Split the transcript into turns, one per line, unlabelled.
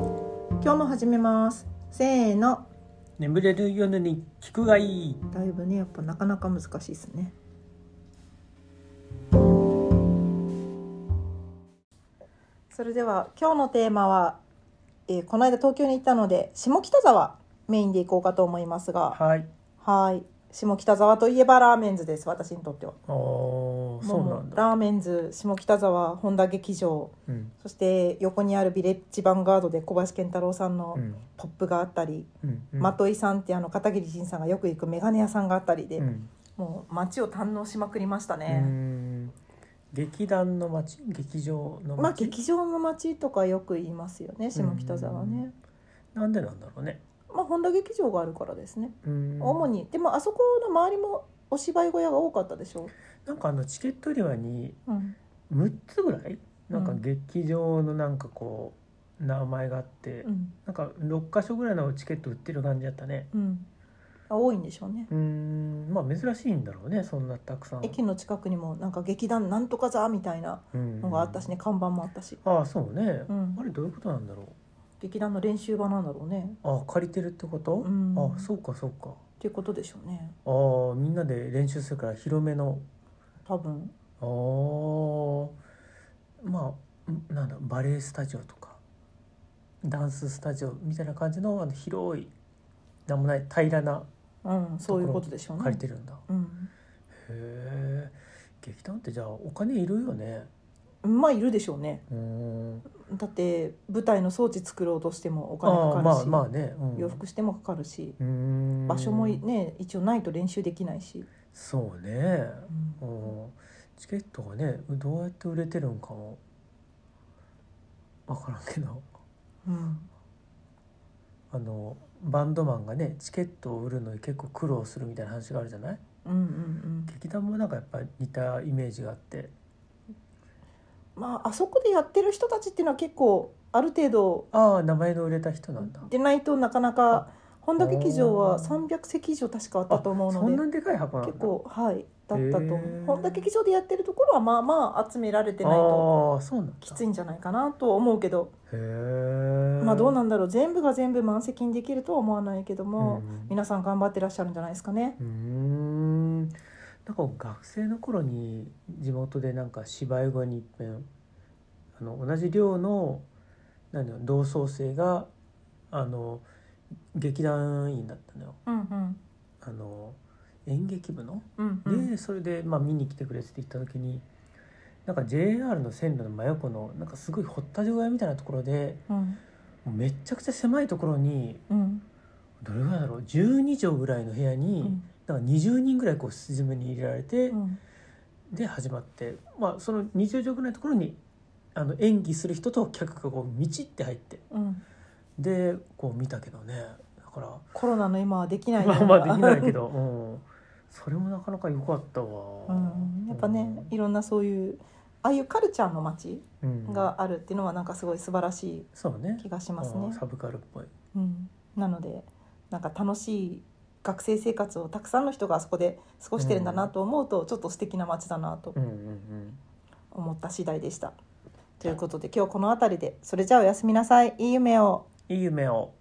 今日も始めますせーの
眠れる夜に聞くがいい
だいぶねやっぱなかなか難しいですねそれでは今日のテーマは、えーこの間東京に行ったので下北沢メインで行こうかと思いますが
はい
はい下北沢といえばラーメンズです私にとっては
あーそうなんだ
ラーメンズ下北沢本田劇場
うん
そして横にあるビレッジヴァンガードで小林健太郎さんの
うん
ポップがあったり、
うんうん
マトイさんってあの片桐仁さんがよく行く眼鏡屋さんがあったりで、
うん
もう街を堪能しまくりました
う
ね、
ん劇団の街劇場の街、
まあ劇場の街とかよく言いますよね下北沢ね、
なんでなんだろうね
まあ本田劇場があるからですね、
うん
主にでもあそこの周りもお芝居小屋が多かったでしょ
なんかあのチケット売り場に
う、うん、
6つぐらいなんか
うん
劇場のなんかこう名前があって、
うん
なんか6箇所ぐらいのチケット売ってる感じだったね
うんあ多いんでしょうね
うんまあ珍しいんだろうねそんなたくさん
駅の近くにもなんか劇団なんとか座みたいなの
の
があったしね、看板もあったし、
ああそうね、
うん
あ、れどういうことなんだろう
劇団の練習場なんだろうね
あ借りてるってこと、
うん
あそうかそうか
っていうことでしょうね
ああみんなで練習するから広めの
多分
ああまあんなんだバレエスタジオとかダンススタジオみたいな感じのあの広いなんもない平らな
うんそういうことでしょうね
借りてるんだ、
うん
へえ劇団ってじゃあお金いるよね
まあいるでしょうね
うーん
だって舞台の装置作ろうとしてもお
ああ
金かかる
ま
し
あ、まあね、うん、
洋服してもかかるし
うーん
場所もね一応ないと練習できないし、
そうね
うん
うんチケットがねどうやって売れてるんかも分からんけど
うん
あのバンドマンがねチケットを売るのに結構苦労するみたいな話があるじゃない
うんうんうん
劇団もなんかやっぱ似たイメージがあって
まああそこでやってる人たちっていうのは結構ある程度
ああ名前の売れた人なんだ
でないとなかなか本田劇場は
あー
300席以上確かあったと思う
そんな
ので
にでかい箱なんだ
結構はいだったと思
へー
う本田劇場でやってるところはまあまあ集められてないと
ああそうなんだ
きついんじゃないかなとは思うけど
へえ
まあどうなんんだろう全部が全部満席にできるとは思わないけども、
うん
皆さん頑張ってらっしゃるんじゃないですかね。
うーんなんか学生の頃に地元でなんか芝居小屋にいっぺんあの同じ寮の何だろう同窓生があの劇団員だったのよ
うんうん
あの演劇部の。
うん
で、それで、まあ、見に来てくれって言った時になんか JR の線路の真横のなんかすごい掘った場屋みたいなところで
うん
もうめっちゃくちゃ狭いところに
うん
どれぐらいだろう12畳ぐらいの部屋
う
に。
ん
なんか20人ぐらいこうスズメに入れられて、
うん
で始まって、まあ、その20畳ぐらいのところにあの演技する人と客がこうみちって入って
うん
でこう見たけどねだから
コロナの今はできない
まあまあできないけ
ど、
ど、うん、それもなかなか良かった
う
わ、
ん、やっぱねいろんなそういうああいうカルチャーの街
うん、
があるっていうのはなんかすごい素晴らし
そうね
い気がします
うん
ね。
サブカルっぽい
うん、なのでなんか楽しい学生生活をたくさんの人があそこで過ごしてるんだなと思うと、ちょっと素敵な街だなと
うんうんうん
思った次第でした。ということで今日この辺りでそれじゃあおやすみなさいいい夢を
いい夢を